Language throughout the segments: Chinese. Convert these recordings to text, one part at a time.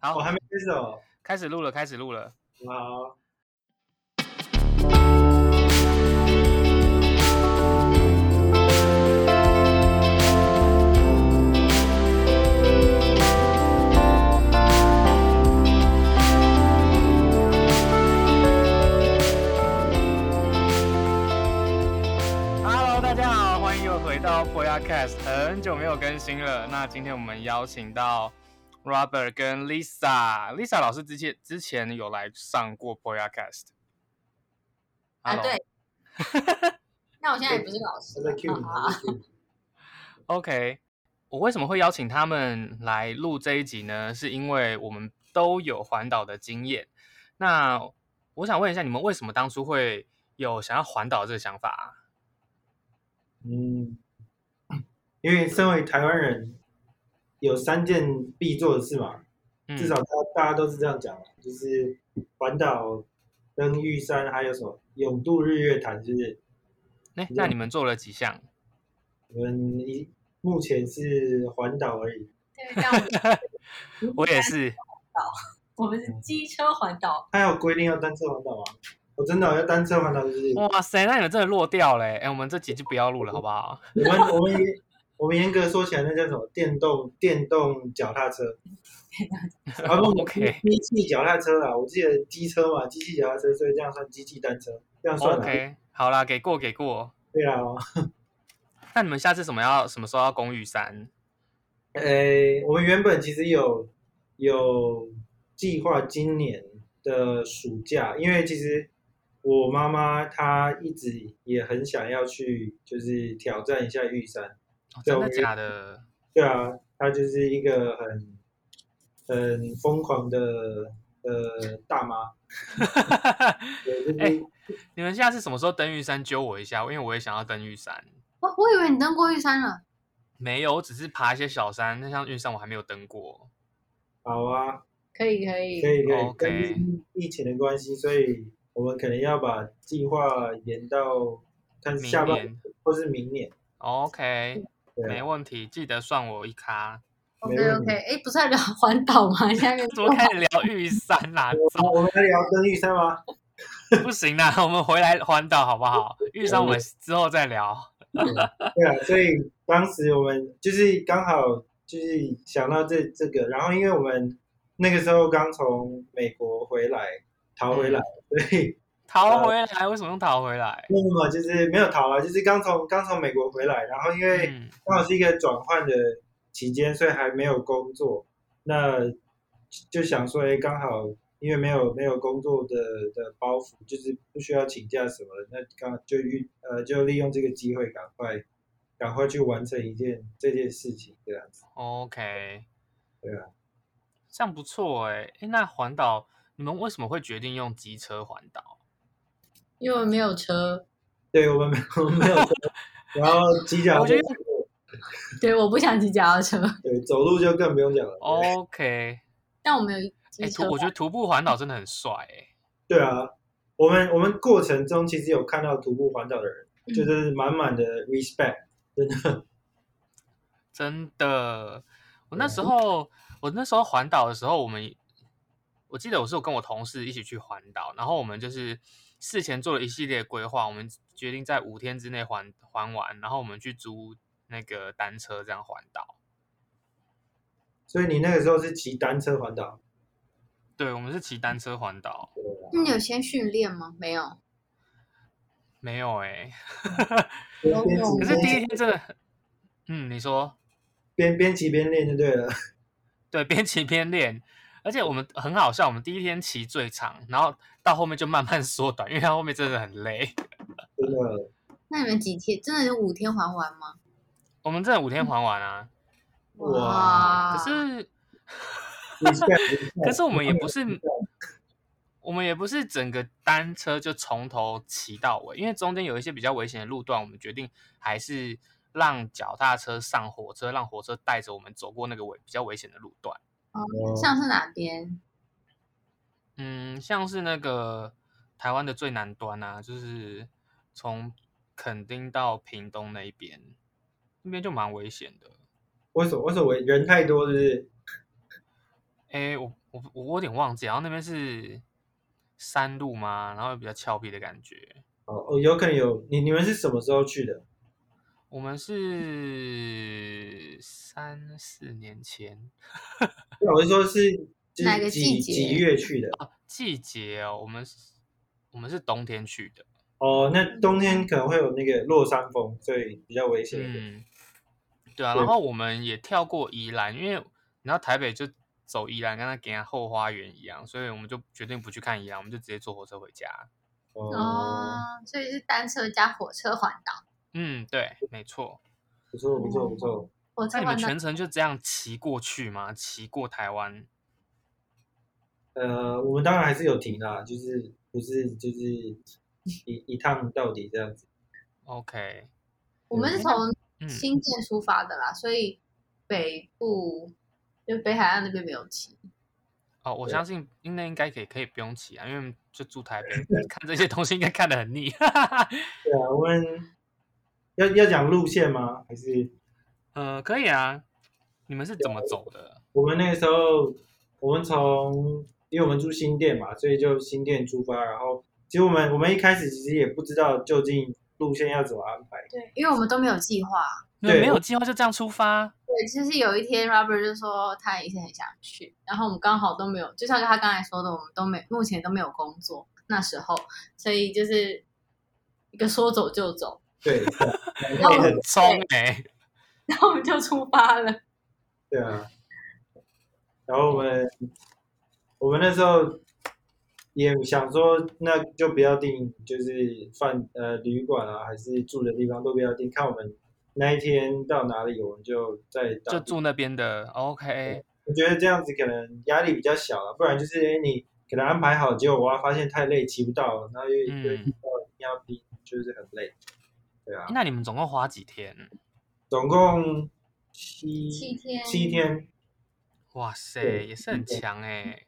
好我还没开始哦。开始录了，开始录了。好， Hello，大家好，欢迎又回到 Podcast，很久没有更新了。那今天我们邀请到 Robert 跟 Lisa，Lisa 老师之前之前有来上过 Podcast。啊， Hello 对。 那我现在也不是老师我在 Q 你，啊啊我在 cue 你 OK，我为什么会邀请他们来录这一集呢？是因为我们都有环岛的经验。那我想问一下，你们为什么当初会有想要环岛这个想法啊？嗯， 因为身为台湾人，有三件必做的事嘛，嗯至少大大家都是这样讲嘛，啊就是环岛、登玉山，还有什么永渡日月潭，就是诶那你们做了几项？我们一目前是环岛而已。对，但我们 我也是。我们是嗯机车环岛，它有规定要单车环岛吗？我真的哦要单车环岛，就是哇塞，那你们真的落掉嘞！哎、我们这集就不要录了，好不好？我们我们严我们严格说起来，那叫什么？电动电动脚踏 车。啊不 OK 机器脚踏车啦，我记得机车嘛，机器脚踏车，所以这样算机器单车，这样算啦啊 OK，好啦，给过给过。对啊，那你们下次什么要什么时候要攻玉山？诶、我们原本其实有有计划今年的暑假，因为其实我妈妈她一直也很想要去，就是挑战一下玉山。哦对真我的觉得假的？ 对啊，她就是一个很很疯狂的呃大妈，对，就是、哎你们下次什么时候登玉山揪我一下？因为我也想要登玉山。我我以为你登过玉山了，没有，我只是爬一些小山，那像玉山我还没有登过。好啊，可以可以可以可以，哦 OK 跟疫情的关系，所以我们可能要把计划延到看明下半年或是明年。 OK，对啊没问题，记得算我一咖。没，OK 问题 OK，哎，不是在聊环岛吗？ 现在跟哦怎么开始聊玉山啦、我我们来聊登玉山 吗？不行啦，我们回来环岛好不好？玉山我们之后再聊。对啊，所以当时我们就是刚好就是想到这这个，然后因为我们那个时候刚从美国回来，逃回来，嗯所以逃回来，为什么用逃回来？那么就是没有逃了，就是刚从刚从美国回来，然后因为。嗯，刚好是一个转换的期间，所以还没有工作，那就想说，哎，刚好因为没有没有工作的的包袱，就是不需要请假什么的，那刚好就遇呃就利用这个机会，赶快赶快去完成一件这件事情，这样子。 OK，对啊，这样不错哎、欸。哎，那环岛，你们为什么会决定用机车环岛？因为没有车，对我们没有我们没有车，然后骑脚我踏觉车得，对，我不想骑脚踏车，对，走路就更不用讲了。哦对 OK，但我们 有哎、机徒车，我觉得徒步环岛真的很帅哎、对啊，我们我们过程中其实有看到徒步环岛的人，嗯就是满满的 respect，真的。真的。我那对时候，我那时候环岛的时候，我们我记得我是有跟我同事一起去环岛，然后我们就是事前做了一系列规划，我们决定在五天之内环环完，然后我们去租那个单车这样环岛。所以你那个时候是骑单车环岛，对，我们是骑单车环岛。那你有先训练吗？没有，没有哎、边边骑可可是边第一天真的很，嗯，你说边边骑边练就对了。 对，边骑边练，而且我们很好笑，我们第一天骑最长，然后到后面就慢慢缩短，因为它后面真的很累。真的，那你们几天真的是五天环完吗？我们真的五天还完啊，哇可是可可啊是我们也不是，我们也不是整个单车就从头骑到尾，因为中间有一些比较危险的路段，我们决定还是让脚踏车上火车，让火车带着我们走过那个危比较危险的路段。哦像是哪边？嗯，像是那个台湾的最南端啊，就是从垦丁到屏东那一边，那边就蛮危险的。为什么为什么人太多，是不是？哎、哎，我我我我有点忘记，然后那边是山路吗？然后比较峭壁的感觉。哦哦，有可能有你你们是什么时候去的？我们是三四年前对，我是说是就是哪个几季节几月去的？啊，季节哦，我们是我们是冬天去的，哦，嗯那冬天可能会有那个落山风，所以比较危险一点。嗯，对啊，对然后我们也跳过宜兰，因为你知道台北就走宜兰，跟他给他后花园一样，所以我们就决定不去看宜兰，我们就直接坐火车回家。哦，哦，所以是单车加火车环岛，嗯，对，没错。不错不错不错。火那车你们环岛全程就这样骑过去吗？骑过台湾？呃，我们当然还是有停啦，就是不是就是一一趟到底这样子。 OK，我们是从嗯，新店出发的啦，所以北部就北海岸那边没有骑。哦，我相信应该应该可以可以不用骑啊，因为就住 台北，看这些东西应该看得很腻。对啊，我们要要讲路线吗？还是嗯、可以啊。你们是怎么走的？我们那个时候我们从因为我们住新店嘛，所以就新店出发，然后其实我们我们一开始其实也不知道究竟路线要怎么安排。对，因为我们都没有计划。你们对没有计划就这样出发？对，就是有一天 Robert 就说他也是很想去，然后我们刚好都没有，就像他刚才说的，我们都没目前都没有工作那时候，所以就是一个说走就走，对，然后你我们很冲哎、然后我们就出发了。对啊，然后我们我们那时候也想说，那就不要订，就是饭呃旅馆啊，还是住的地方都不要订，看我们那一天到哪里，我们就在就当地。住那边的。OK，我觉得这样子可能压力比较小了、不然就是哎你可能安排好，结果我要发现太累，骑不到，然后又嗯又又要逼，就是很累。对啊，那你们总共花几天？总共七七天七天，哇塞，对也是很强哎、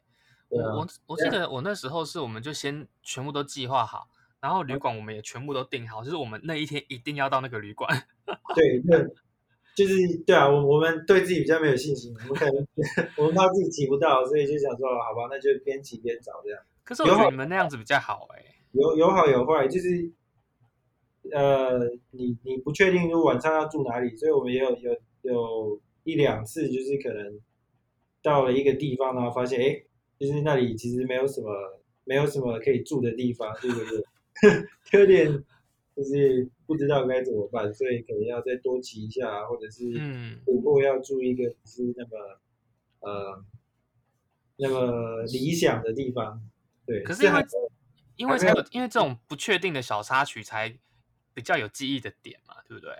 对我啊我我记得我那时候是我们就先全部都计划好，然后嗯旅馆我们也全部都订好，就是我们那一天一定要到那个旅馆。 对，那就是对啊，我我们对自己比较没有信心，我们可能 我们怕自己骑不到，所以就想说，好吧，那就边骑边找这样，可是我啊觉得你们那样子比较好哎、有有好有坏，就是呃，你你不确定就晚上要住哪里，所以我们也有有有一两次就是可能到了一个地方，然后发现哎，诶就是那里其实没有什么没有什么可以住的地方，就有点 有点就是不知道该怎么办，所以可能要再多骑一下，啊或者是。嗯，不过要住一个不是那么呃那么理想的地方，对。啊可是因还嗯为因为才有因为这种不确定的小插曲才比较有记忆的点嘛，对不对？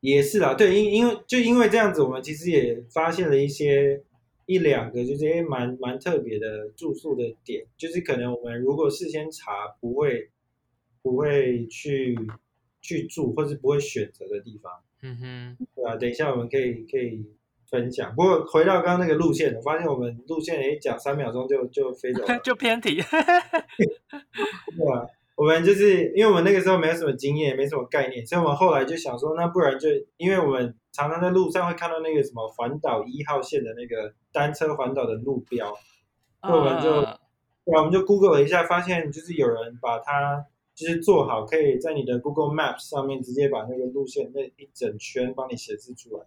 也是啦，对，因因为就因为这样子，我们其实也发现了一些一两个就是诶蛮蛮特别的住宿的点，就是可能我们如果事先查不会不会去去住，或是不会选择的地方。嗯哼，。对啊，等一下我们可以可以分享。不过回到刚刚那个路线，我发现我们路线诶讲三秒钟就就飞走了就偏题。对啊，我们就是因为我们那个时候没有什么经验，没什么概念，所以我们后来就想说，那不然就因为我们常常在路上会看到那个什么环岛一号线的那个单车环岛的路标，那我们就嗯对啊，我们就 Google 了一下，发现就是有人把它就是做好，可以在你的 Google Maps 上面直接把那个路线那一整圈帮你显示出来，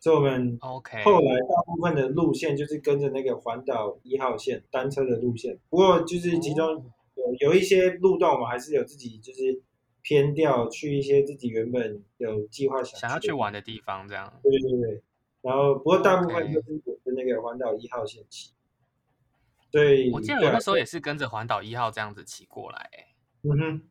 所以我们 OK，后来大部分的路线就是跟着那个环岛一号线单车的路线，不过哦就是其中有有一些路段我们还是有自己就是偏掉去一些自己原本有计划想想要去的地玩的地方这样。对对对，然后不过大部分就是跟那个环岛一号线骑，所以我记得对我啊那时候也是跟着环岛一号这样子骑过来、欸。嗯哼，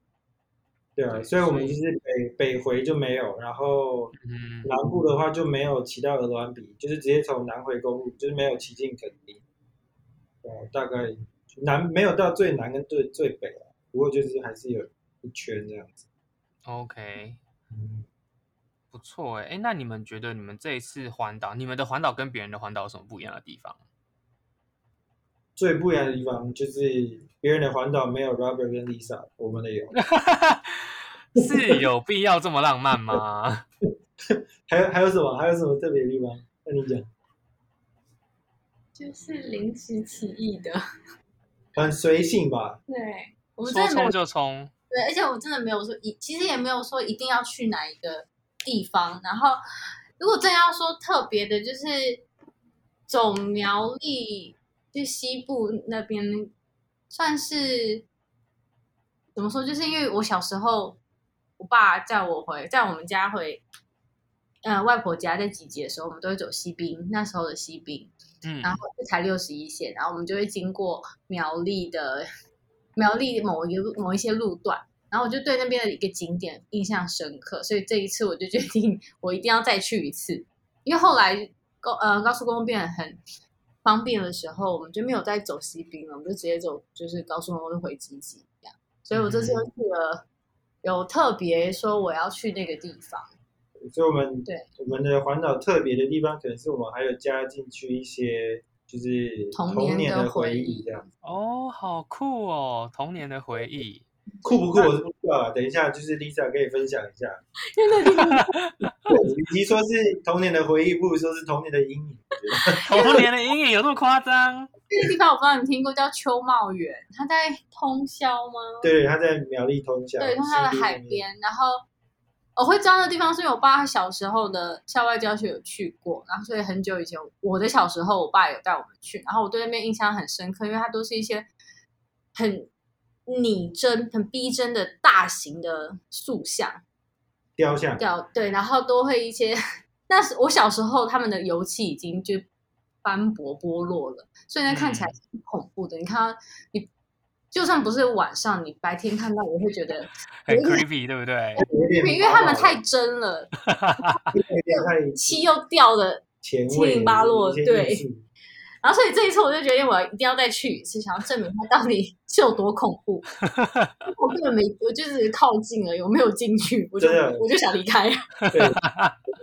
对啊，对所以我们所以就是北北回就没有，然后嗯，南部的话就没有骑到鹅銮鼻，就是直接从南回公路，就是没有骑进垦丁。哦，大概南没有到最南跟最最北啊，不过就是还是有一圈这样子。 OK，不错哎、欸，那你们觉得你们这一次环岛，你们的环岛跟别人的环岛有什么不一样的地方？最不一样的地方就是别人的环岛没有 Robert 跟 Lisa，我们的 有，是有必要这么浪漫吗？还有还有什么还有什么特别的地方？那你讲。就是临时起意的。很随性吧。对，我们真说的没有冲就冲，对，而且我真的没有说一，其实也没有说一定要去哪一个地方。然后，如果真要说特别的，就是走苗栗，就西部那边，算是怎么说？就是因为我小时候，我爸载我回，在我们家回，呃，外婆家在集结的时候，我们都会走西滨，那时候的西滨。嗯，然后就才六十一线，然后我们就会经过苗栗的苗栗某一个某一些路段，然后我就对那边的一个景点印象深刻，所以这一次我就决定我一定要再去一次，因为后来高呃高速公路变得很方便的时候，我们就没有再走西滨了，我们就直接走就是高速公路回集集这样，所以我这次又去了，有特别说我要去那个地方，所以我们对我们的环岛特别的地方，可能是我们还有加进去一些就是童童年年的的回回忆忆，这样哦，好酷哦，童年的回忆。酷不酷？我是不知道啊。等一下，就是 Lisa 可以分享一下。因为那地方 与其说是童年的回忆，不如说是童年的阴影。我觉得童年的阴影有这么夸张？那个地方我不知道你们听过叫秋茂园，它在通宵吗？对，他在苗栗通宵，对，通宵的西海那边。然后我会知道那地方是因为我爸小时候的校外教学有去过，然后所以很久以前我的小时候，我爸有带我们去，然后我对那边印象很深刻，因为它都是一些很拟真、很逼真的大型的塑像，雕像，掉对，然后都会一些。那是我小时候他们的油漆已经就斑驳剥落了，所以那看起来是很恐怖的。你看到你就算不是晚上，你白天看到也会觉得很有一 creepy，对不对？有点因为他们毛毛的太真了，有点太漆又掉了。前七卫，零八落有一些对艺术然后所以这一次我就决定我一定要再去一次，想要证明它到底是有多恐 怖。我根本没，我就只是靠近而已，我没有进去，我就真的我就想离开。对，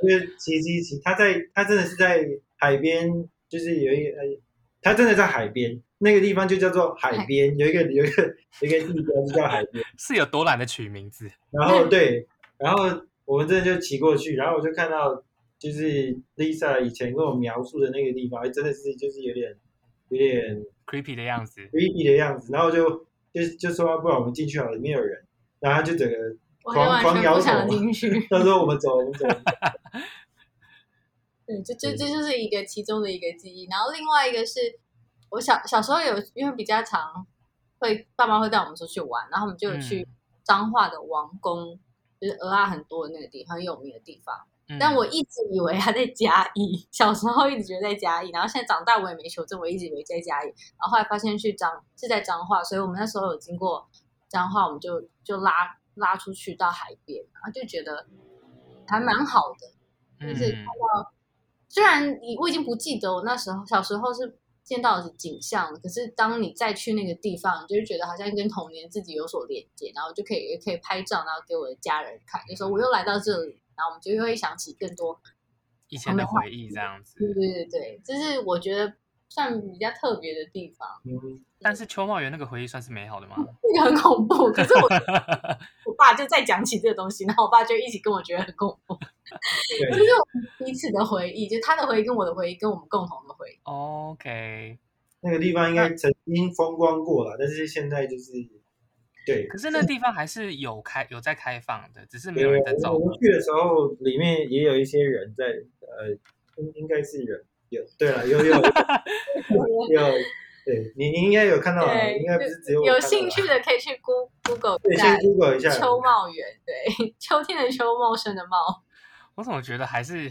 就是骑骑骑，他在他真的是在海边，就是有一个，呃他真的在海边，那个地方就叫做海边，有一个有一个有一个地标就叫海边。是有多懒得取名字？然后对，然后我们真的就骑过去，然后我就看到就是 Lisa 以前跟我描述的那个地方，哎真的是就是有点有点 creepy 的样 子， creepy 的样子，然后就就就说不然我们进去好了，里面有人，然后他就整个我就完狂全不摇头想进 去。他说我们走，我们走，对，这这这就是一个其中的一个记忆。然后另外一个是我小小时候有，因为比较常会爸妈会带我们出去玩，然后我们就有去嗯彰化的王宫，就是鹅啊很多的那个地方，很有名的地方。嗯但我一直以为他在嘉义， 小时候一直觉得在嘉义，然后现在长大我也没求证，我一直以为在嘉义，然后后来发现去彰是在彰化，所以我们那时候有经过彰化，我们就就拉拉出去到海边，然后就觉得还蛮好的。就是看嗯到，虽然你我已经不记得我那时候小时候是见到的景象了，可是当你再去那个地方，你就会觉得好像跟童年自己有所连接，然后就可以也可以拍照，然后给我的家人看，就说我又来到这里，然后我们就又会想起更多。以前的回忆这样对子。对对对，这是我觉得算比较特别的地方， 嗯，但是秋茂园那个回忆算是美好的吗？那个很恐怖。可是 我我爸就再讲起这个东西，然后我爸就一起跟我觉得很恐怖，这对，是我们彼此的回忆，就是他的回忆跟我的回忆跟我们共同的回忆。 OK，那个地方应该曾经风光过了，但是现在就是对。可是那地方还是有开有在开放的，只是没对，啊有人在照我顾们。去的时候，里面也有一些人在，呃，应应该是人有，对了，有有有，对你你应该有看到啊，对应该不是只有我 有看到兴啊趣的可以去 Goo- Google 对，一下先 Google 一下，秋茂园，对， 秋天的秋，茂盛的茂。我怎么觉得还是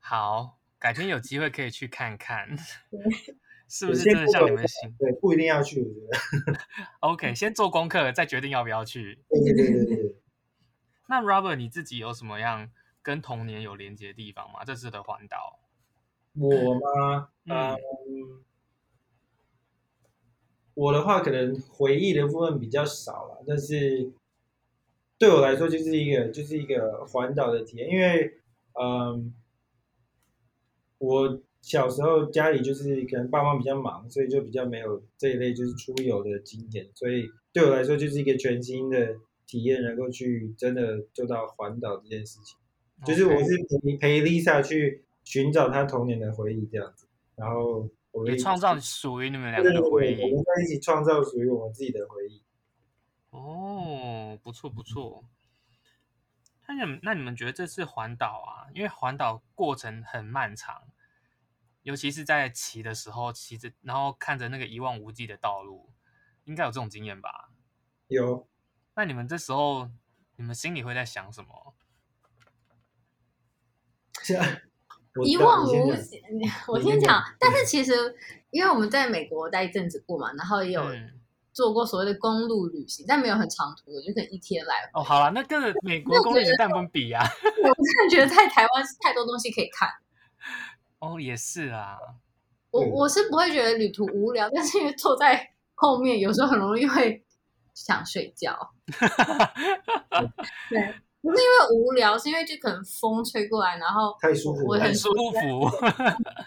好，改天有机会可以去看 看，是不是真的像你们行对，不一定要去，我 觉得， ？OK，先做功课再决定要不要去。对对对对对，那 Robert 你自己有什么样跟童年有连接的地方吗？这次的环岛，我吗？嗯嗯，我的话可能回忆的部分比较少了，但是对我来说就是一个就是一个环岛的体验，因为嗯，我小时候家里就是可能爸妈比较忙，所以就比较没有这一类就是出游的经验，所以对我来说就是一个全新的体验，能够去真的做到环岛这件事情。就是我 OK 是陪陪 Lisa 去寻找她童年的回忆这样子，然后我们也一起创造属于你们对两个对的对，回我忆们。在一起创造属于我们自己的回忆。哦，不错嗯不错。那你们那你们觉得这次环岛啊，因为环岛过程很漫长，尤其是在骑的时候，骑着然后看着那个一望无际的道路，应该有这种经验吧？有，那你们这时候，你们心里会在想什么？我一知道望你先无讲际。 我你先先讲讲，但是其实因为我们在美国待一阵子过嘛，然后也有嗯，做过所谓的公路旅行，但没有很长途的，就可能一天来回。哦，好了，那跟 美国我公觉里是蛋分比啊。 我真的觉得在台湾是太多东西可以看，哦，也是啊。我嗯我是不会觉得旅途无聊，但是因为坐在后面，有时候很容易会想睡觉。 对，不是因为无聊，是因为就可能风吹过来，然后太舒服我了很很舒服，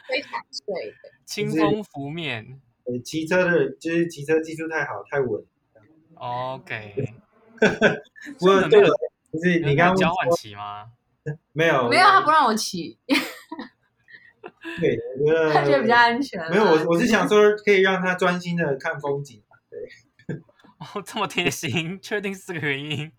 非常睡。清是风拂面。呃骑车的人就是骑车技术太好太稳。 OK，不过真的对没有我，就是你你们刚有刚交问换说骑吗？没有没有，他不让我骑，对，我觉得他觉得比较安全。没有我我是想说可以让他专心的看风景。哦，这么贴心，确定是这个原因？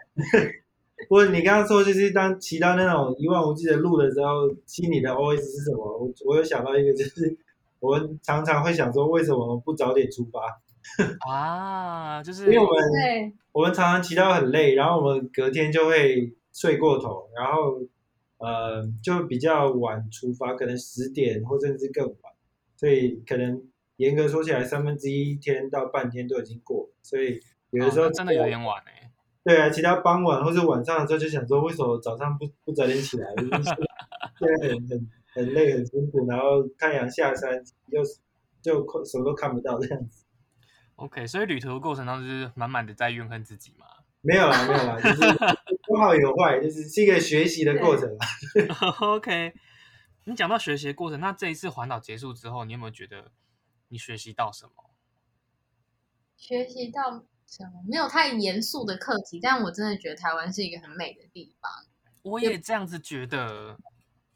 不过你刚刚说就是当骑到那种一望无际的路的时候，心里的 OS 是什么？我我有想到一个，就是 我们常常会想说，为什么我们不早点出发？ 啊，就是因为我们对，我们常常骑到很累，然后我们隔天就会睡过头，然后呃就比较晚出发，可能十点或甚至更晚，所以可能严格说起来，三分之一天到半天都已经过了，所以有的哦时候、那真的有点晚哎。对啊，骑到傍晚或者晚上的时候就想说，为什么早上不不早点起来？因为现在很很很累很辛苦，然后太阳下山又就什么都看不到这样子。 OK，所以旅途的过程当中就是满满的在怨恨自己嘛。 没有啦，没有啦，就是有好有坏，就是是一个学习的过程啊啦。 OK，你讲到学习的过程，那这一次环岛结束之后，你有没有觉得你学习到什么？学习到什么？没有太严肃的课题，但我真的觉得台湾是一个很美的地方。我也这样子觉得。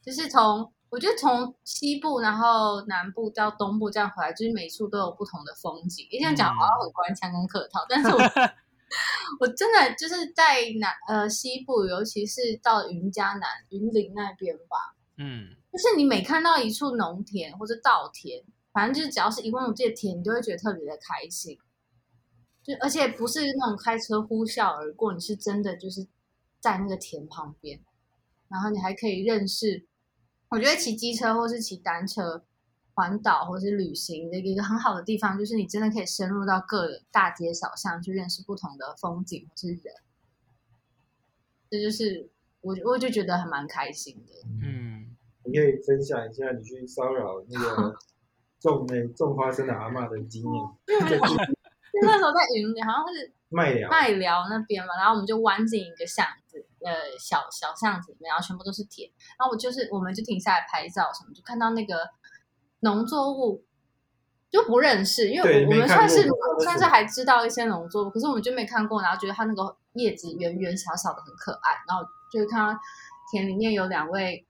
就是从我觉得从西部，然后南部到东部这样回来，就是每处都有不同的风景。一定要讲好像很官腔跟客套，但是我我真的就是在南呃西部，尤其是到云嘉南、云林那边吧，嗯，就是你每看到一处农田或者稻田，反正就是只要是一望无际的田，你就会觉得特别的开心。就而且不是那种开车呼啸而过，你是真的就是在那个田旁边，然后你还可以认识。我觉得骑机车或是骑单车环岛或是旅行的一个很好的地方，就是你真的可以深入到各大街小巷去认识不同的风景或是人。这就是我我就觉得还蛮开心的。嗯，你可以分享一下你去骚扰那个种那种花生的阿嬷的经验， 就那时候在云林，好像是卖了麦寮那边嘛，然后我们就弯进一个巷子，呃，小小巷子里面，然后全部都是田，然后我就是我们就停下来拍照什么，就看到那个农作物就不认识，因为对我我没们看算是过不知道是算什是么还知道一些农作物，可是我们就没看过，然后觉得它那个叶子圆圆小小的很可爱，然后就看到田里面有两位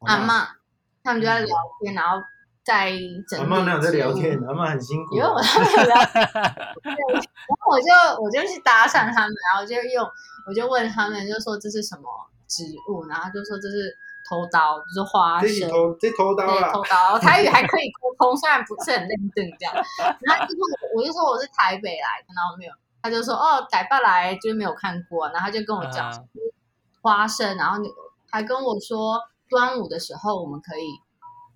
阿阿嬷嬷，他们就在聊天，然后在嗯整阿嬷理那有在植聊物天，阿嬷很辛苦啊因为。我他们有聊， 对然后我就我就去搭讪他们，然后就用我就问他们，就说这是什么植物，然后就说这是头刀，就是花这起生。偷这偷刀啊对，啦，偷刀，台语还可以沟通，虽然不是很认真这样。然后就说我，我就说我是台北来的，然后没有，他就说哦，台北来就是没有看过，然后他就跟我讲嗯花生，然后你还跟我说端午的时候我们可以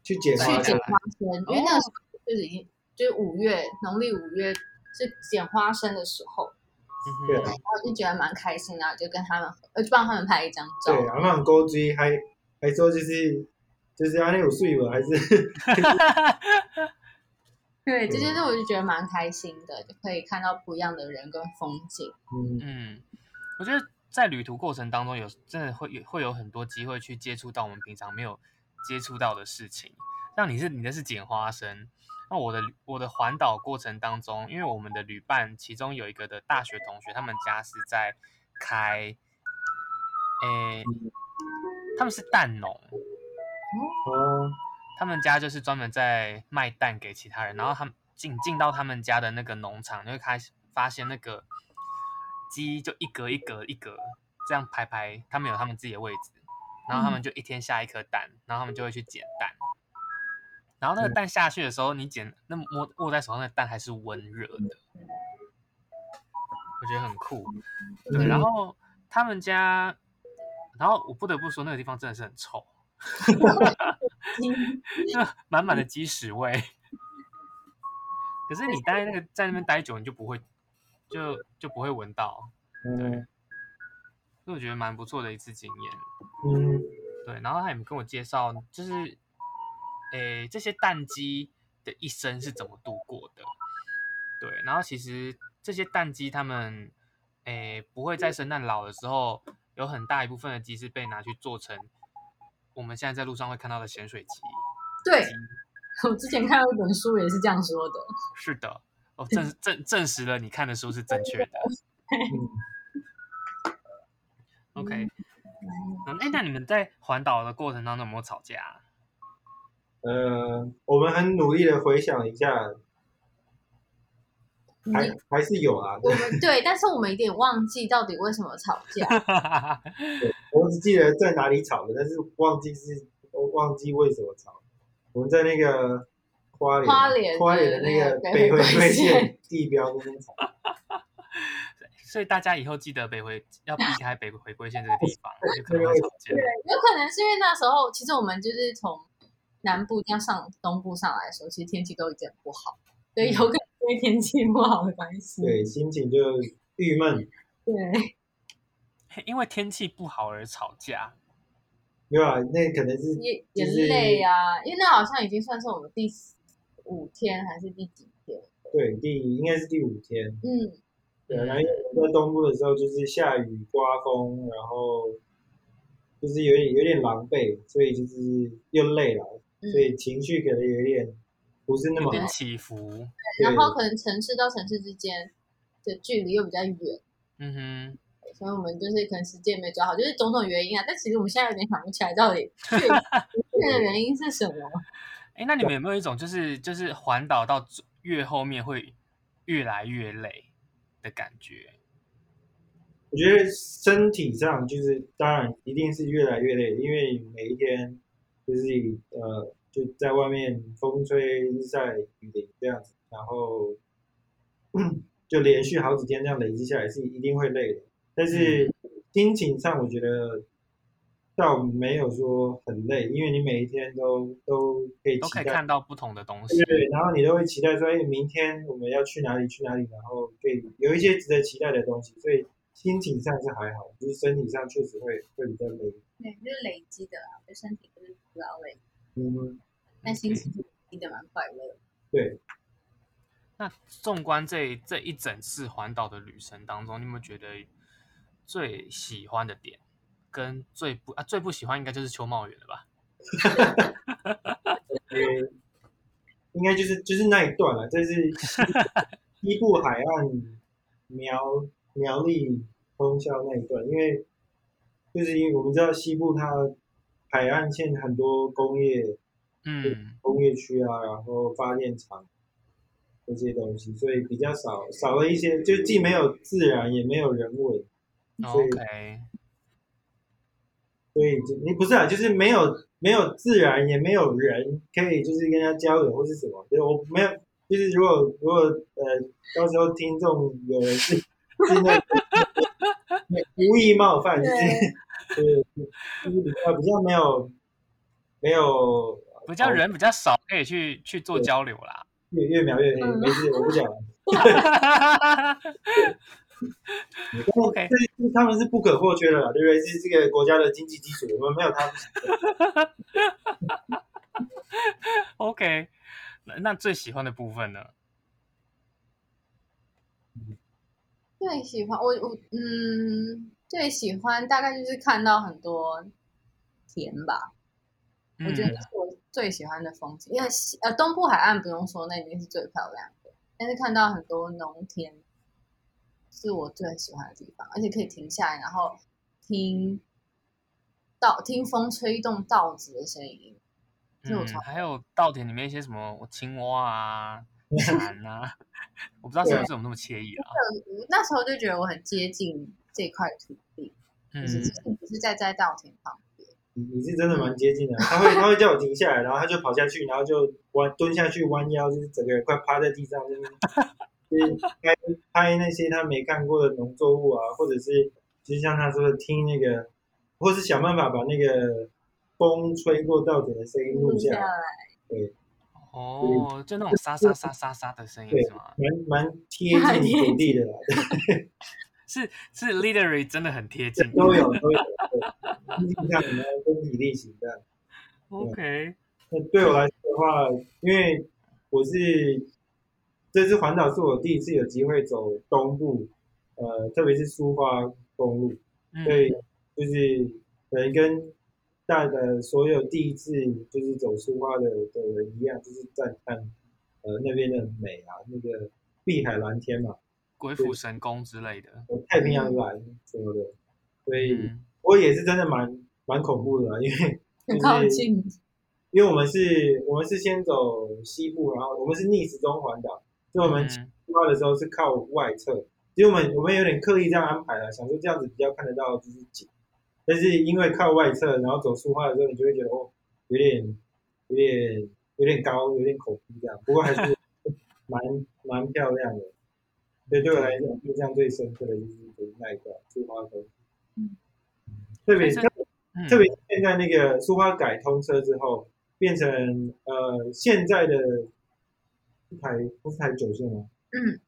去捡去花捡生。花生，因为那哦个时候就是已经就是五月农历五月是捡花生的时候，对嗯哼，啊然后就觉得蛮开心的，然后就跟他们呃就帮他们拍一张照对，，啊阿嬷很勾追，还还说就是就是阿内有睡吧，还 是对，这对啊就是我就觉得蛮开心的，就可以看到不一样的人跟风 景。 嗯嗯，我觉得在旅途过程当中有真的会有会有很多机会去接触到我们平常没有接触到的事情。像你是你的是捡花生，那我的旅我的环岛过程当中，因为我们的旅伴其中有一个的大学同学，他们家是在开，诶、他们是蛋农，啊哦，他们家就是专门在卖蛋给其他人，然后他们进进到他们家的那个农场，就会开始发现那个鸡就一格一格一格这样排排，他们有他们自己的位置，然后他们就一天下一颗蛋，然后他们就会去捡蛋，然后那个蛋下去的时候，你捡那摸握在手上的蛋还是温热的，我觉得很酷。嗯对，然后他们家，然后我不得不说那个地方真的是很臭，那 满满的鸡屎味。可是你待那个在那边待久，你就不会，就就不会闻到，嗯所以我觉得蛮不错的一次经验。嗯对，然后他也跟我介绍，就是，诶，这些蛋鸡的一生是怎么度过的？对，然后其实这些蛋鸡它们，诶，不会在圣诞老的时候，有很大一部分的鸡是被拿去做成我们现在在路上会看到的咸水鸡。对，我之前看到一本书也是这样说的。是的，哦，证证证实了你看的书是正确的。嗯， OK，嗯，哎，那你们在环岛的过程当中有没有吵架啊？呃，我们很努力的回想一下，嗯还还是有啊，我们对，但是我们有点忘记到底为什么吵架。啊我只记得在哪里吵的，但是忘记是忘记为什么吵。我们在那个花莲花莲花莲的那个对北北回回归归线线地标那边吵， 所以大家以后记得北回要避开北回归线这个地方，有可能会吵 架。有可能是因为那时候，其实我们就是从南部这样上东部上来的时候，其实天气都有点不好，所以有可能是因为天气不好的关系。嗯对，心情就郁闷。对， 因为天气不好而吵架。没有啊，那可能是也就也是累啊，因为那好像已经算是我们第五天还是第几天？对第应该是第五天，嗯，对，啊然后因为我们在东部的时候就是下雨刮风，然后就是有点有点狼狈，所以就是又累了，嗯所以情绪可能有点不是那有么点好。起伏。然后可能城市到城市之间的距离又比较远。嗯所以我们就是可能时间没抓好，就是种种原因啊。但其实我们现在有点想不起来 到底确切的原因是什么。哼，哎，那你们有没有一种就是就是环岛到最越后面会越来越累的感觉？我觉得身体上就是，当然一定是越来越累，因为每一天就是呃，就在外面风吹日晒雨淋这样子，然后 就连续好几天这样累积下来是一定会累的。但是嗯心情上，我觉得倒没有说很累，因为你每一天都都可以都可期以待看到不同的东西。对，然后你都会期待说，哎，明天我们要去哪里去哪里，然后可以有一些值得期待的东西，所以心情上是还好，就是身体上确实会会比较累。对，就是累积的啊，就身体就是疲劳累，嗯，但心情是累积的蛮快乐的。对，那纵观这这一整次环岛的旅程当中，你有没有觉得最喜欢的点，跟最不啊最不喜欢应该就是秋茂园了吧？呃，应该就是就是那一段了，这是西西部海岸苗苗栗通宵那一段，因为就是因为我们知道西部它海岸线很多工业嗯，工业区啊，然后发电厂这些东西，所以比较少少了一些，就既没有自然，也没有人文，所以 OK，所以就你不是啊，就是没有没有自然，也没有人可以就是跟他交流或是什么，就是我没有，就是如果如果呃到时候听众有人是是那无意冒 犯， 就是就是就是比较比较没有没有比较人比较少，可以去去做交流啦。越越描越黑，嗯没事，我不讲了。 OK 这这他们是不可或缺的啦，对不对？是这个国家的经济基础，我们没有他不行。 OK，那 那最喜欢的部分呢？最喜欢我我嗯，最喜欢大概就是看到很多田吧，我觉得那嗯是我最喜欢的风景。因为西呃东部海岸不用说，那一定是最漂亮的，但是看到很多农田是我最喜欢的地方，而且可以停下来，然后听稻听风吹动稻子的声音，这是我嗯从还有稻田里面一些什么青蛙啊、蝉啊，我不知道是不是我们那么惬意啊。那时候就觉得我很接近这块土地，就嗯，是只是在在稻田旁边。你你是真的蛮接近的，他会他会叫我停下来，然后他就跑下去，然后就弯蹲下去弯腰，就是整个人快趴在地上，就是就是拍拍那些他没看过的农作物啊，或者是就像他说的听那个，或是想办法把那个风吹过稻田的声音录下下来，来，哦，就那种沙沙沙沙沙的声音对是吗？蛮蛮贴近土地的啦，是是 literary 真的很贴近。嗯都有都有，对，地上然后身体力行这样。 OK，那对我来说的话，因为我是这次环岛是我第一次有机会走东部，呃，特别是苏花公路，嗯所以就是可能跟大的所有第一次就是走苏花的的人一样，就是赞叹呃那边的美啊，那个碧海蓝天嘛，鬼斧神工之类的。有太平洋蓝什么的，所以嗯，我也是真的蛮蛮恐怖的、啊，因为。很靠近。因为我们是，我们是先走西部，然后我们是逆时钟环岛，所以我们出嗯发的时候是靠外侧。其实我们我们有点刻意这样安排了，想说这样子比较看得到就是景。但是因为靠外侧，然后走出发的时候，你就会觉得哦，有点有点有点高，有点恐怖这样。不过还是蛮蛮漂亮的。对，对我来讲印象最深刻的就是就是那一段出发的时候嗯，特别所以这特嗯特别是现在那个苏花改通车之后，变成呃现在的一台不是台九线吗？嗯，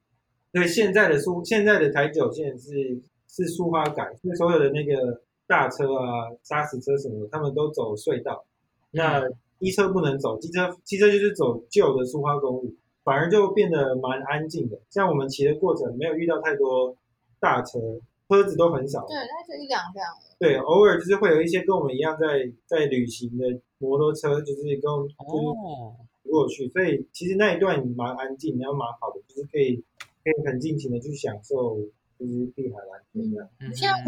对，现在的苏现在的台九线是是苏花改，所以所有的那个大车啊、砂石车什么的，他们都走隧道。那嗯机车不能走，机车机车就是走旧的苏花公路，反而就变得蛮安静的。像我们骑的过程，没有遇到太多大车，车子都很少。对，那就一两辆。对，偶尔就是会有一些跟我们一样在在旅行的摩托车，就是跟我们就是哦，骑过去，所以其实那一段蛮安静，然后蛮好的，就是可以可以很尽情的去享受，就是碧海蓝天这样。嗯现在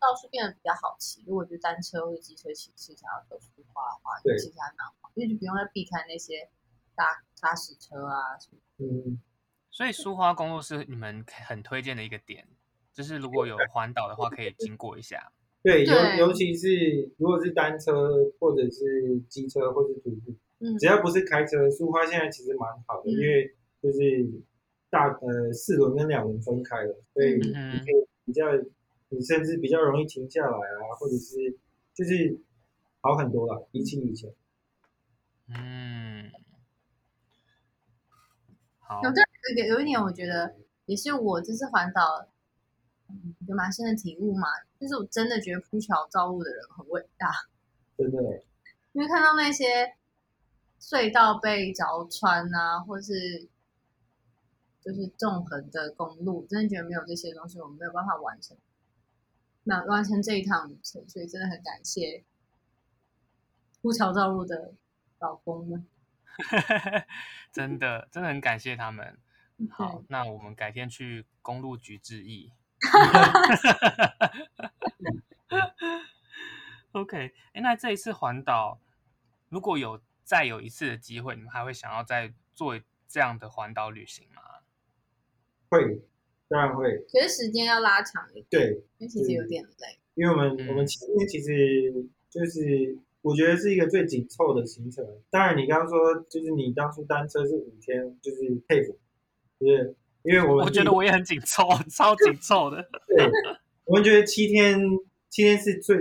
倒是变得比较好骑，如果就单车或者机车骑士想要走出花的话，对其实还蛮好，因为就不用再避开那些大砂石车啊什么。嗯，所以苏花公路是你们很推荐的一个点，就是如果有环岛的话，可以经过一下。对，对尤尤其是如果是单车或者是机车或是徒步，嗯只要不是开车，苏花现在其实蛮好的，嗯因为就是大呃四轮跟两轮分开了，所以嗯嗯你可以比较，你甚至比较容易停下来啊，或者是就是好很多了，比起以前。嗯，好，有但有一个有一点，我觉得也是我这次环岛，嗯，有蛮深的体悟嘛，就是我真的觉得铺桥造路的人很伟大，真的，因为看到那些隧道被凿穿啊，或是就是纵横的公路，真的觉得没有这些东西，我们没有办法完成，那完成这一趟旅程，所以真的很感谢铺桥造路的老公们。 真的真的很感谢他们。好对，，那我们改天去公路局致意。OK，哎，那这一次环岛，如果有再有一次的机会，你们还会想要再做这样的环岛旅行吗？会，当然会，觉得时间要拉长一点，对，因为其实有点累。因为我们、嗯我们前面其实就是我觉得是一个最紧凑的行程。当然，你刚刚说就是你当初单车是五天，就是佩服，就是因为我们我觉自己得我也很紧凑， 超紧凑的。对， 我们觉得七天七天是最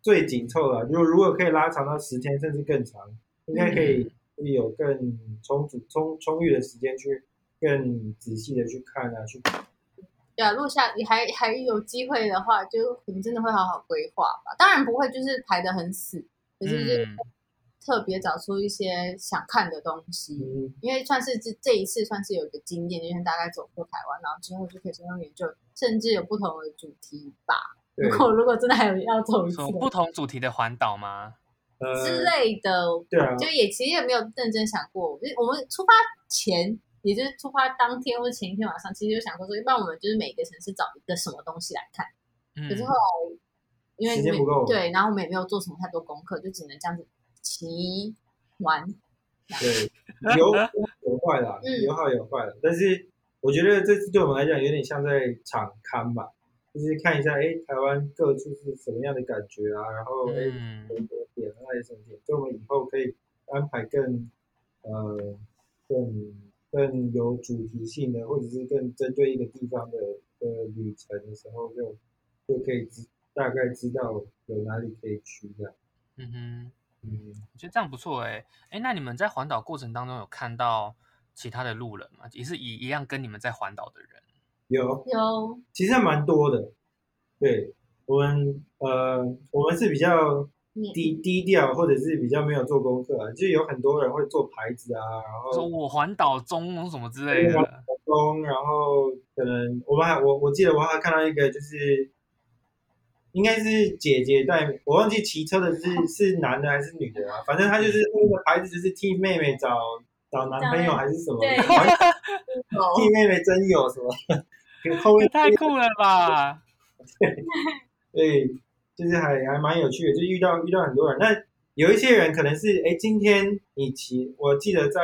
最紧凑的啊。如果如果可以拉长到十天甚至更长，应该可嗯以有更充足充充裕的时间去更仔细的去看啊，去对啊，如果下你还还有机会的话，就你们真的会好好规划吧。当然不会就是排的很死，可是就是嗯特别找出一些想看的东西，嗯因为算是这这一次算是有一个经验，就是大概走过台湾，然后之后就可以深入研究，甚至有不同的主题吧。对 如果如果真的还有要走一次什么不同主题的环岛吗？呃之类的，对啊，就也其实也没有认真想过，就是我们出发前，也就是出发当天或前一天晚上，其实就想过说，一般我们就是每个城市找一个什么东西来看。嗯可是后来因为时间没不够对，然后我们也没有做什么太多功课，就只能这样子骑玩。 对，有有坏啦，嗯有好有坏啦。但是我觉得这次对我们来讲有点像在场刊吧，就是看一下，哎，台湾各处是什么样的感觉啊，然后哎，嗯有什么点，那有什么点，所以我们以后可以安排更呃更更有主题性的，或者是更针对一个地方的呃旅程的时候就，就可以知大概知道有哪里可以去的。嗯哼，嗯，我觉得这样不错哎、欸、哎、那你们在环岛过程当中有看到其他的路人吗？也是一一样跟你们在环岛的人？有。 有其实还蛮多的。对我们呃，我们是比较你低低调，或者是比较没有做功课啊，就有很多人会做牌子啊，然说后我环岛中什么之类啊的，工，然后可能我们还我我记得我还看到一个就是。应该是姐姐带，我忘记骑车的是是男的还是女的啊？反正他就是那个牌子，就是替妹妹找找男朋友还是什么，对好像替有妹妹真有什么，后面也太酷了吧！所以就是还还蛮有趣的，就遇到遇到很多人。那有一些人可能是哎，今天你骑，我记得在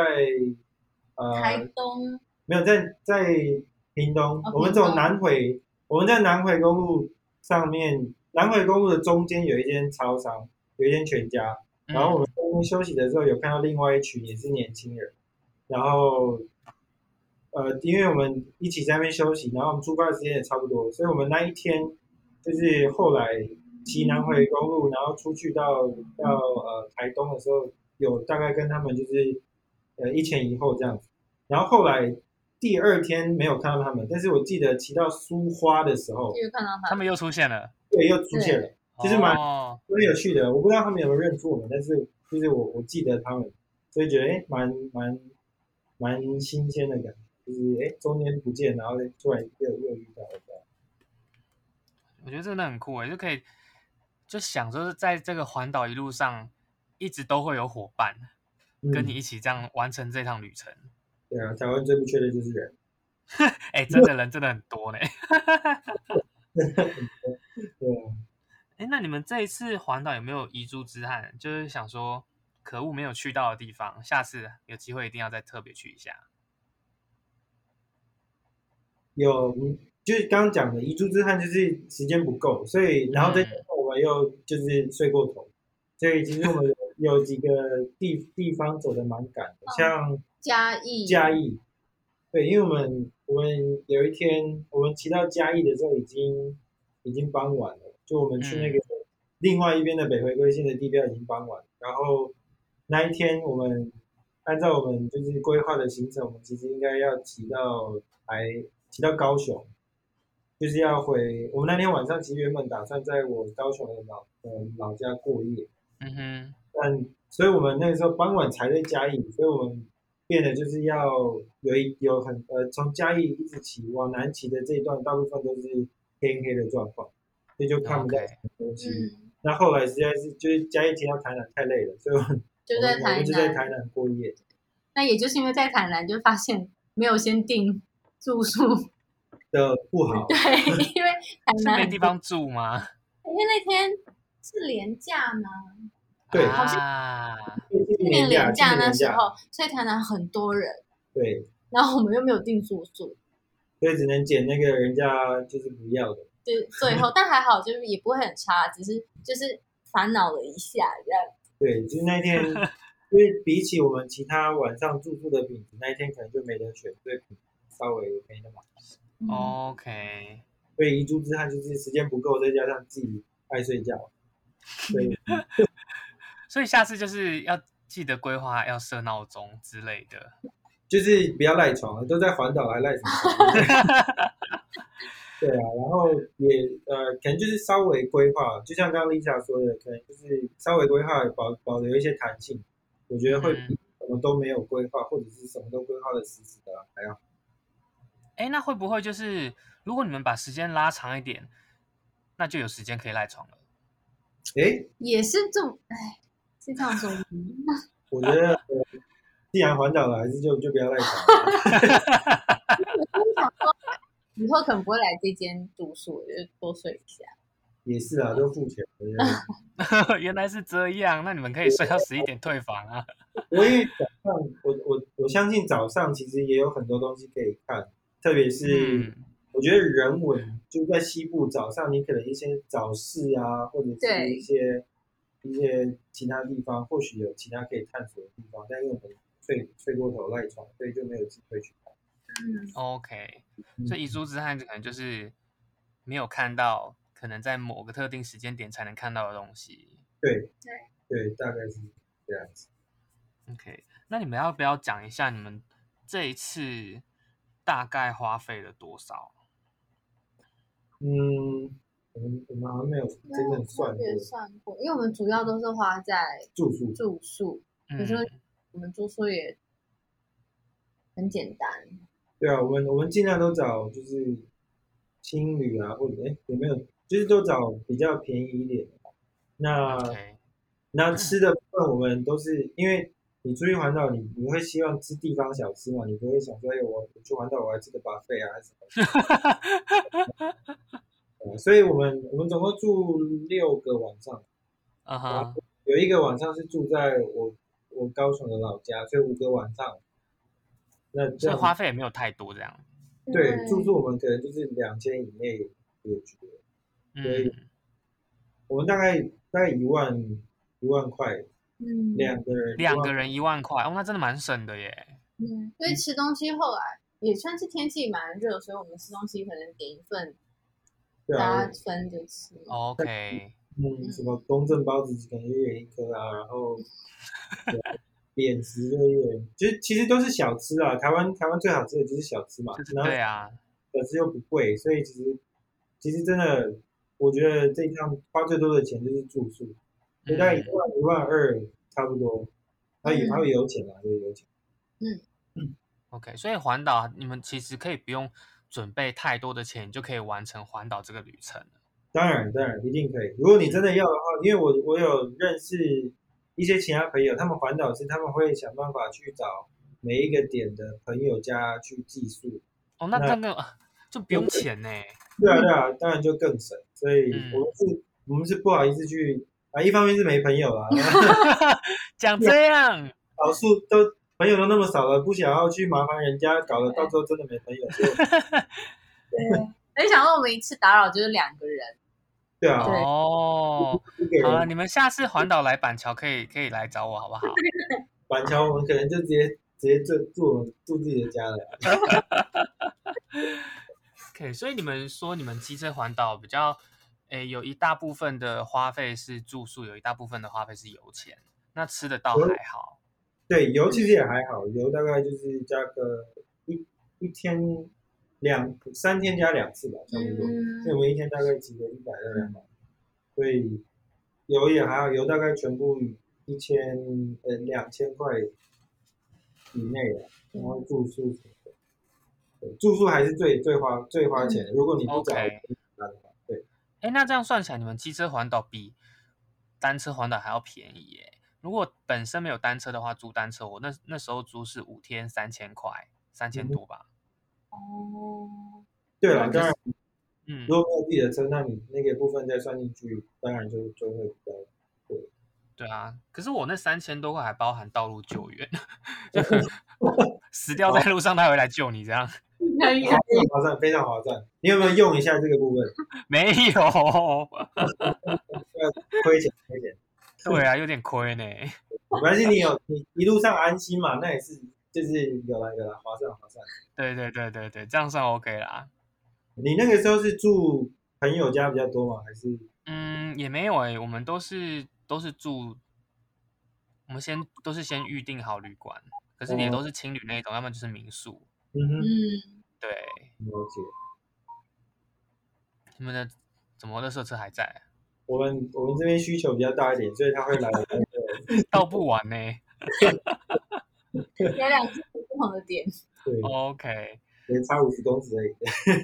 台呃东没有在在屏东，哦我们屏东走南回，我们在南回公路上面，南回公路的中间有一间超商，有一间全家，嗯然后我们中间休息的时候有看到另外一群也是年轻人，然后呃，因为我们一起在那边休息，然后我们出发的时间也差不多，所以我们那一天就是后来骑南回公路，然后出去到到呃台东的时候，有大概跟他们就是呃一前一后这样子，然后后来第二天没有看到他们，但是我记得骑到苏花的时候，就看到他他，们又出现了，对，又出现了。其实蛮哦蛮有趣的。我不知道他们有没有认出我们，但是就是我我记得他们，所以觉得哎、诶蛮蛮蛮新鲜的感觉，就是哎、诶中间不见，然后突然又又遇到了这样。我觉得真的很酷哎，就可以就想说是在这个环岛一路上，一直都会有伙伴跟你嗯、一起这样完成这趟旅程。对啊，台湾最不缺的就是人，哎、真的人真的很多呢。 对啊，哎，那你们这一次环岛有没有遗珠之憾？就是想说，可恶没有去到的地方，下次有机会一定要再特别去一下。有嗯就是刚刚讲的遗珠之憾，就是时间不够，所以然后再加上我们又就是睡过头，所以其实我们有有几个地地方走的蛮赶嗯的，像。嘉义，嘉义，对，因为我们我们有一天我们骑到嘉义的时候已经已经傍晚了，就我们去那个另外一边的北回归线的地标已经傍晚了，然后那一天我们按照我们就是规划的行程，我们其实应该要骑到台骑到高雄，就是要回我们那天晚上其实原本打算在我高雄的老呃老家过夜，嗯哼，但所以我们那个时候傍晚才在嘉义，所以我们变得就是要有一有很呃从嘉义一直骑往南骑的这一段，大部分都是天黑的状况，所以就看不到 OK 什么东西。嗯，那后来实在是就是嘉义骑到台南太累了，所以我们就在我台们就在南。台南过夜。那也就是因为在台南，就发现没有先订住宿，哦的不好， 对，因为台是南没地方住吗？因为那天是廉价吗？对好像啊，今那假个廉今价年那时假，候，所以台南很多人，对，然后我们又没有订住宿，所以只能捡那个人家就是不要的。就是最 后，但还好，就是也不会很差，只是就是烦恼了一下这样。对，就是那一天，因为比起我们其他晚上住宿的品质，那一天可能就没得选，所以品质稍微没那么好。嗯，哦 OK，所以遗珠之憾就是时间不够，再加上自己爱睡觉，所以所以下次就是要记得规划，要设闹钟之类的。就是不要赖床了，都在环岛还赖什么床？ 对啊，然后也呃，可能就是稍微规划，就像刚刚 Lisa 说的，可能就是稍微规划保保留一些弹性，我觉得会比嗯什么都没有规划，或者是什么都规划的死死的还要好。哎，那会不会就是如果你们把时间拉长一点，那就有时间可以赖床了？诶，也是这种，哎，是这样说 吗。我觉得，呃既然环岛了，还是就就不要赖床了。 我就想说，以后可能不会来这间住宿，我就多睡一下。也是啊，都付钱 的。原来是这样，那你们可以睡到十一点退房啊。我因为早上，我我我相信早上其实也有很多东西可以看，特别是、嗯，我觉得人文就在西部早上，你可能一些早市啊，或者是对一些一些其他地方，或许有其他可以探索的地方，但因为我们睡睡过头赖床，所以就没有机会去看。嗯， OK，嗯所以遗珠之憾可能就是没有看到，可能在某个特定时间点才能看到的东西。对对，大概是这样子。 OK，那你们要不要讲一下你们这一次大概花费了多少？嗯，我们我们好像没有真正算过也算过，因为我们主要都是花在住宿，住宿，可嗯是我们住宿也很简单，对啊，我们我们尽量都找就是青旅啊，或者哎有没有，就是都找比较便宜一点的。那，OK，那吃的部分，我们都是因为你出去环岛，你你会希望吃地方小吃嘛？你不会想说，哎，我我去环岛我还吃个 buffet 啊，还是什么的？所以我们我们总共住六个晚上，呃嗯哼，有一个晚上是住在我我高雄的老家，所以五个晚上。那这所以样花费也没有太多这样。因对为住宿我们可能就是两千以内解决，对嗯，我们大概大概一万一万块，嗯，两个人两个人人一万块，哦，那真的蛮省的耶。嗯，因为吃东西后来也算是天气蛮热，所以我们吃东西可能点一份，对啊大，家分着吃。哦 OK，嗯，什么公正包子可能一人一颗啊，然 后对扁食就一人，其实其实都是小吃啊。台湾台湾最好吃的就是小吃嘛就是，然后对啊，小吃又不贵，所以其实其实真的，我觉得这一趟花最多的钱就是住宿，所以大概一嗯万一万二差不多，还有嗯还有油钱啊，就是油钱。 OK，所以环岛你们其实可以不用准备太多的钱，你就可以完成环岛这个旅程了。当然，当然一定可以。如果你真的要的话，因为我我有认识一些其他朋友，他们环岛是他们会想办法去找每一个点的朋友家去寄宿。哦，那那那个啊 就不用钱呢。对啊，对啊，当然就更省。所以嗯我们是，我们是不好意思去啊，一方面是没朋友啦，讲这样，少数都朋友都那么少了，不想要去麻烦人家，搞得到时候真的没朋友。所以对，没想到我们一次打扰就是两个人，对啊，对哦，一个好了，人你们下次环岛来板桥可以可以来找我好不好？板桥，我们可能就直接直接就住我们住自己的家了。 OK，所以你们说你们机车环岛比较，诶，有一大部分的花费是住宿，有一大部分的花费是油钱，那吃的倒嗯还好。对，油其实也还好，油大概就是加个一一天两三天加两次吧，差不多。因为我嗯，们一天大概几个一百到两百，所以油也还好，油大概全部一千呃两千块以内了，然后住宿什么的，对住宿还是最最花最花钱的。如果你不找嗯 OK 那的话，对。哎，那这样算起来，你们机车环岛比单车环岛还要便宜耶。如果本身没有单车的话，租单车，我那那时候租是五天三千块，三千嗯多吧。哦，对那了，就当是然，嗯如，果没有自己的车，那你那个部分再算进去，当然就就会比较对啊。可是我那三千多块还包含道路救 援，就 死掉在路上，他还会来救你这样。 可以划算划算，非常划算。你有没有用一下这个部分？没有，亏钱亏钱， 对啊，有点亏呢。没关系，你有你一路上安心嘛，那也是就是有啦有啦，划算划算。对对对对对，这样算 OK 啦。你那个时候是住朋友家比较多吗？还是嗯，也没有诶，我们都是都是住，我们先都是先预定好旅馆，可是也都是青旅那种，要么就是民宿。嗯哼，嗯，对，了解。你们的怎么垃圾车还在？啊我们我们这边需求比较大一点，所以他会来我们这里。倒不完呢、有两次不同的点，对， OK，也差五十公尺而已。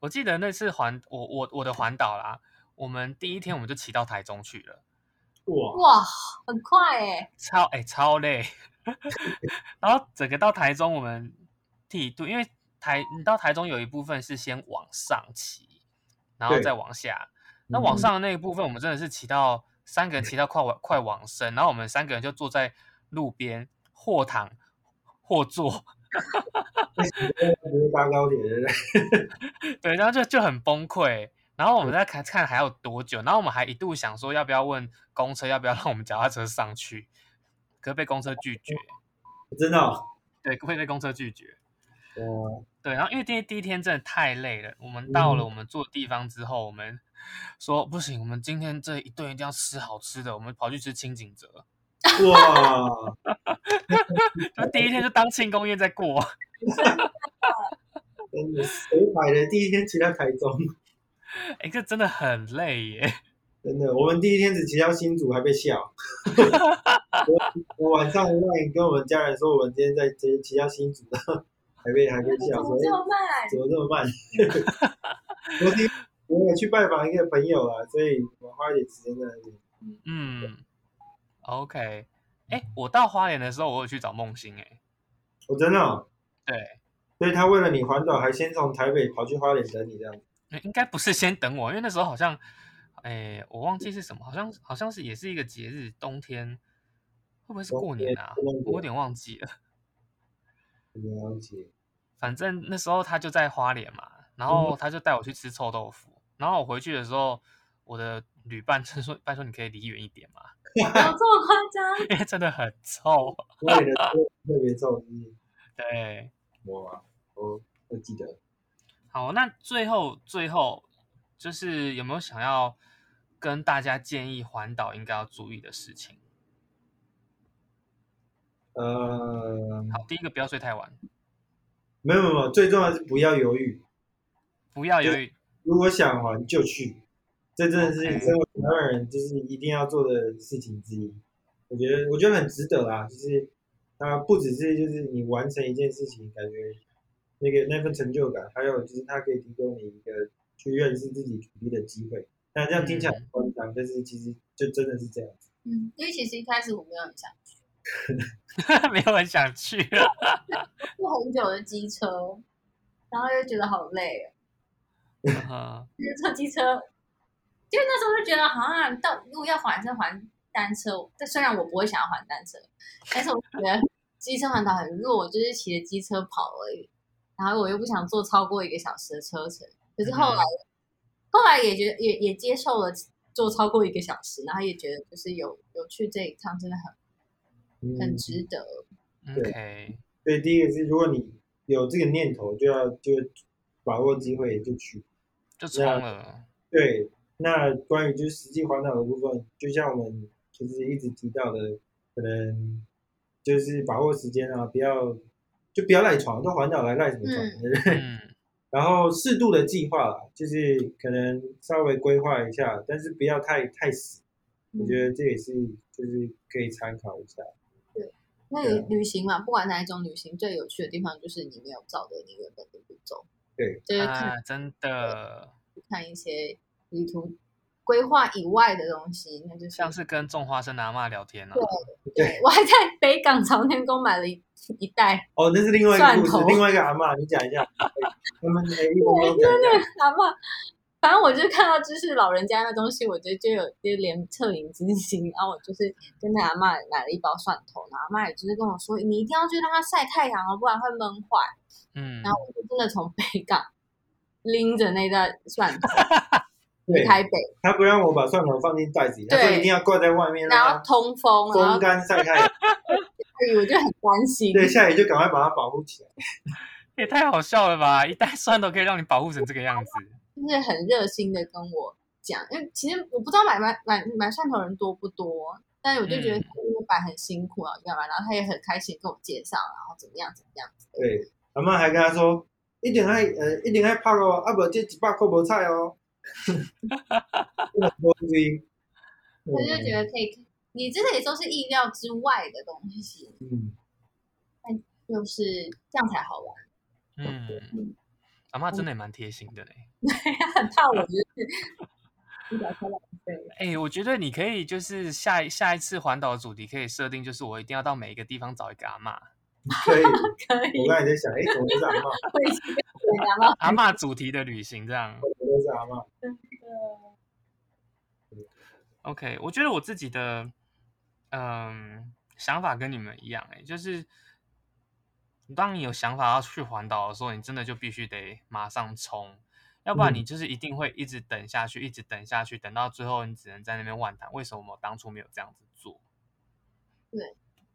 我记得那次环我我我的环岛啦，我们第一天我们就骑到台中去了，哇，哇，很快哎，超哎、超累， 然后整个到台中我们剃度，因为台你到台中有一部分是先往上骑，然后对嗯再往下，那往上的那一部分，我们真的是骑到三个人骑到快往快往生，然后我们三个人就坐在路边，或躺或坐， 嗯不是搭高铁对不对？对，然后就就很崩溃。然后我们在看看还有多久，然后我们还一度想说要不要问公车要不要让我们脚踏车上去，可是被公车拒绝。真的、哦，对，会被公车拒绝。哇，对，然后因为第一第一天真的太累了，我们到了嗯我们住的地方之后，我们说不行，我们今天这一顿一定要吃好吃的，我们跑去吃清景泽，哇，就第一天就当庆功宴在过。真的谁买的？第一天骑到台中，哎，这真的很累耶。真的，我们第一天只骑到新竹还 被笑。我我晚上乱跟我们家人说，我们今天在骑骑到新竹，然后还被还被怎笑么说，这哎 么慢？怎么这么慢？昨天我也去拜访一个朋友啊，所以我花一点时间在那里。嗯，OK。哎，我到花莲的时候，我有去找梦欣哎。我真的、哦，对，所以他为了你环岛，还先从台北跑去花莲等你这样子。诶应该不是先等我，因为那时候好像，哎，我忘记是什么，好像好像是也是一个节日，冬天，会不会是过年啊？冬天我有点忘记了。了解，反正那时候他就在花莲嘛，然后他就带我去吃臭豆腐，然后我回去的时候，我的旅伴就说：“拜托你可以离远一点嘛，有这么夸张？因为真的很臭。啊因为你的车特别重，是不是” 对，我我会记得。好，那最后最后就是有没有想要跟大家建议环岛应该要注意的事情？呃，好，第一个不要睡太晚，没有没有没有，最重要的是不要犹豫，不要犹就豫。 如果想玩就去，这真的是 OK 身为台湾人就是一定要做的事情之一。我觉得我觉得很值得啦，就是它不只是就是你完成一件事情，感觉那个那份成就感，还有就是它可以提供你一个去认识自己土地的机会。那这样听起来很夸张，但是其实就真的是这样子。嗯，因为其实一开始我没有很想，没有人想去 坐很久的机车，然后又觉得好累哦，了。因为坐机车，就那时候就觉得好像到如果要还是还单车，但虽然我不会想要还单车，但是我觉得机车环岛很弱，就是骑着机车跑而已，然后我又不想坐超过一个小时的车程，可是后来、后来也觉得也也接受了坐超过一个小时，然后也觉得就是有有去这一趟真的很嗯，很值得， OK，所以第一个是，如果你有这个念头，就要就把握机会就去。就冲了。对，那关于就是实际环岛的部分，就像我们就是一直提到的，可能就是把握时间啊，不要就不要赖床，都环岛来赖什么床？嗯对不对 嗯然后适度的计划啦，就是可能稍微规划一下，但是不要太太死。我觉得嗯这也是就是可以参考一下。因对为啊旅行嘛，不管哪一种旅行，最有趣的地方就是你没有照着你原本的路走，对，就是看、啊，真的看一些旅途规划以外的东西，那就是像是跟种花生的阿嬷聊天啊。对，我还在北港朝天宫买了一一 袋，哦，那是另外一个故蒜事，头另外一个阿嬷，你讲一 下。他们哎，一公公讲一下。阿嬷，反正我就看到就是老人家那东西，我觉得就有就连恻隐之心，然后我就是跟那阿嬷买了一包蒜头，然后阿嬷也就是跟我说，你一定要去让它晒太阳哦，不然会闷坏。嗯，然后我就真的从北港拎着那袋蒜头对，台北。他不让我把蒜头放进袋子里，他说对一定要挂在外面，然让后它通风，然后啊风干晒太阳。所以我就很担心。对，下雨就赶快把它保护起来。 也太好笑了吧！一袋蒜头可以让你保护成这个样子，就是很热心的跟我讲，因为其实我不知道买买买买蒜头人多不多，但是我就觉得嗯因为摆很辛苦啊，我就要买，然后他也很开心跟我介绍，啊然后怎么样怎么样，对，阿妈还跟他说，一定爱呃，一定爱拍哦，啊不，这一百块无菜哦。 我我就觉得可以，你这个也都是意料之外的东西，嗯，就是这样才好玩。 嗯，阿嬷真的也蛮贴心的嘞。很怕我就是一百块浪费了。哎、我觉得你可以就是下一下一次环岛的主题可以设定，就是我一定要到每一个地方找一个阿嬷，可以。可我以，刚才在想，哎，怎么都是阿妈，我已经跟你讲到阿嬷主题的旅行这样。怎么都是阿妈。 OK，我觉得我自己的嗯想法跟你们一样、欸，哎，就是当你有想法要去环岛的时候，你真的就必须得马上冲，要不然嗯你就是一定会一直等下去，一直等下去，等到最后你只能在那边万谈，为什么我当初没有这样子做？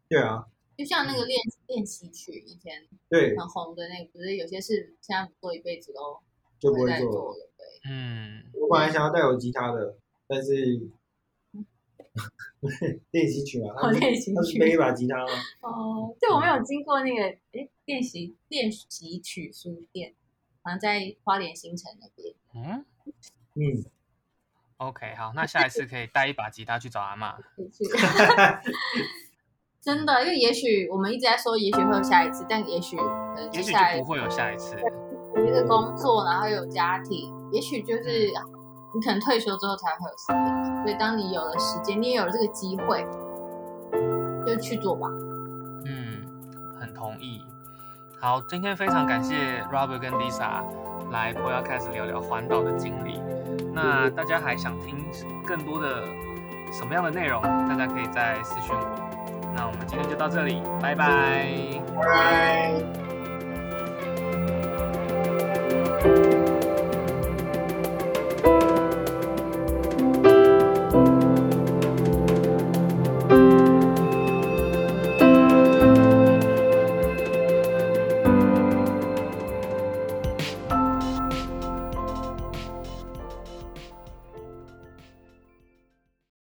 对啊，就像那个练练习曲以前对，很红的那个，不是有些事现在不做一辈子都就不不会会再做做了。了，对，嗯，我本来想要带有吉他的，但是 练习曲嘛， 他嗯哦们练习他是曲背一把吉他吗？哦，对我没有经过那个诶练习练习曲书店，好像在花莲新城那边。嗯 嗯， ，OK，好，那下一次可以带一把吉他去找阿妈。 是真的，因为也许我们一直在说，也许会有下一次，但也许呃，接也许下来就不会有下一次。有一个工作，然后有家庭，也许就是嗯你可能退休之后才会有时间，所以当你有了时间，你也有了这个机会，就去做吧。嗯，很同意。好，今天非常感谢 Robert 跟 Lisa 来 Podcast 聊聊环岛的经历。那大家还想听更多的什么样的内容？大家可以再私讯我。那我们今天就到这里，拜拜。拜拜。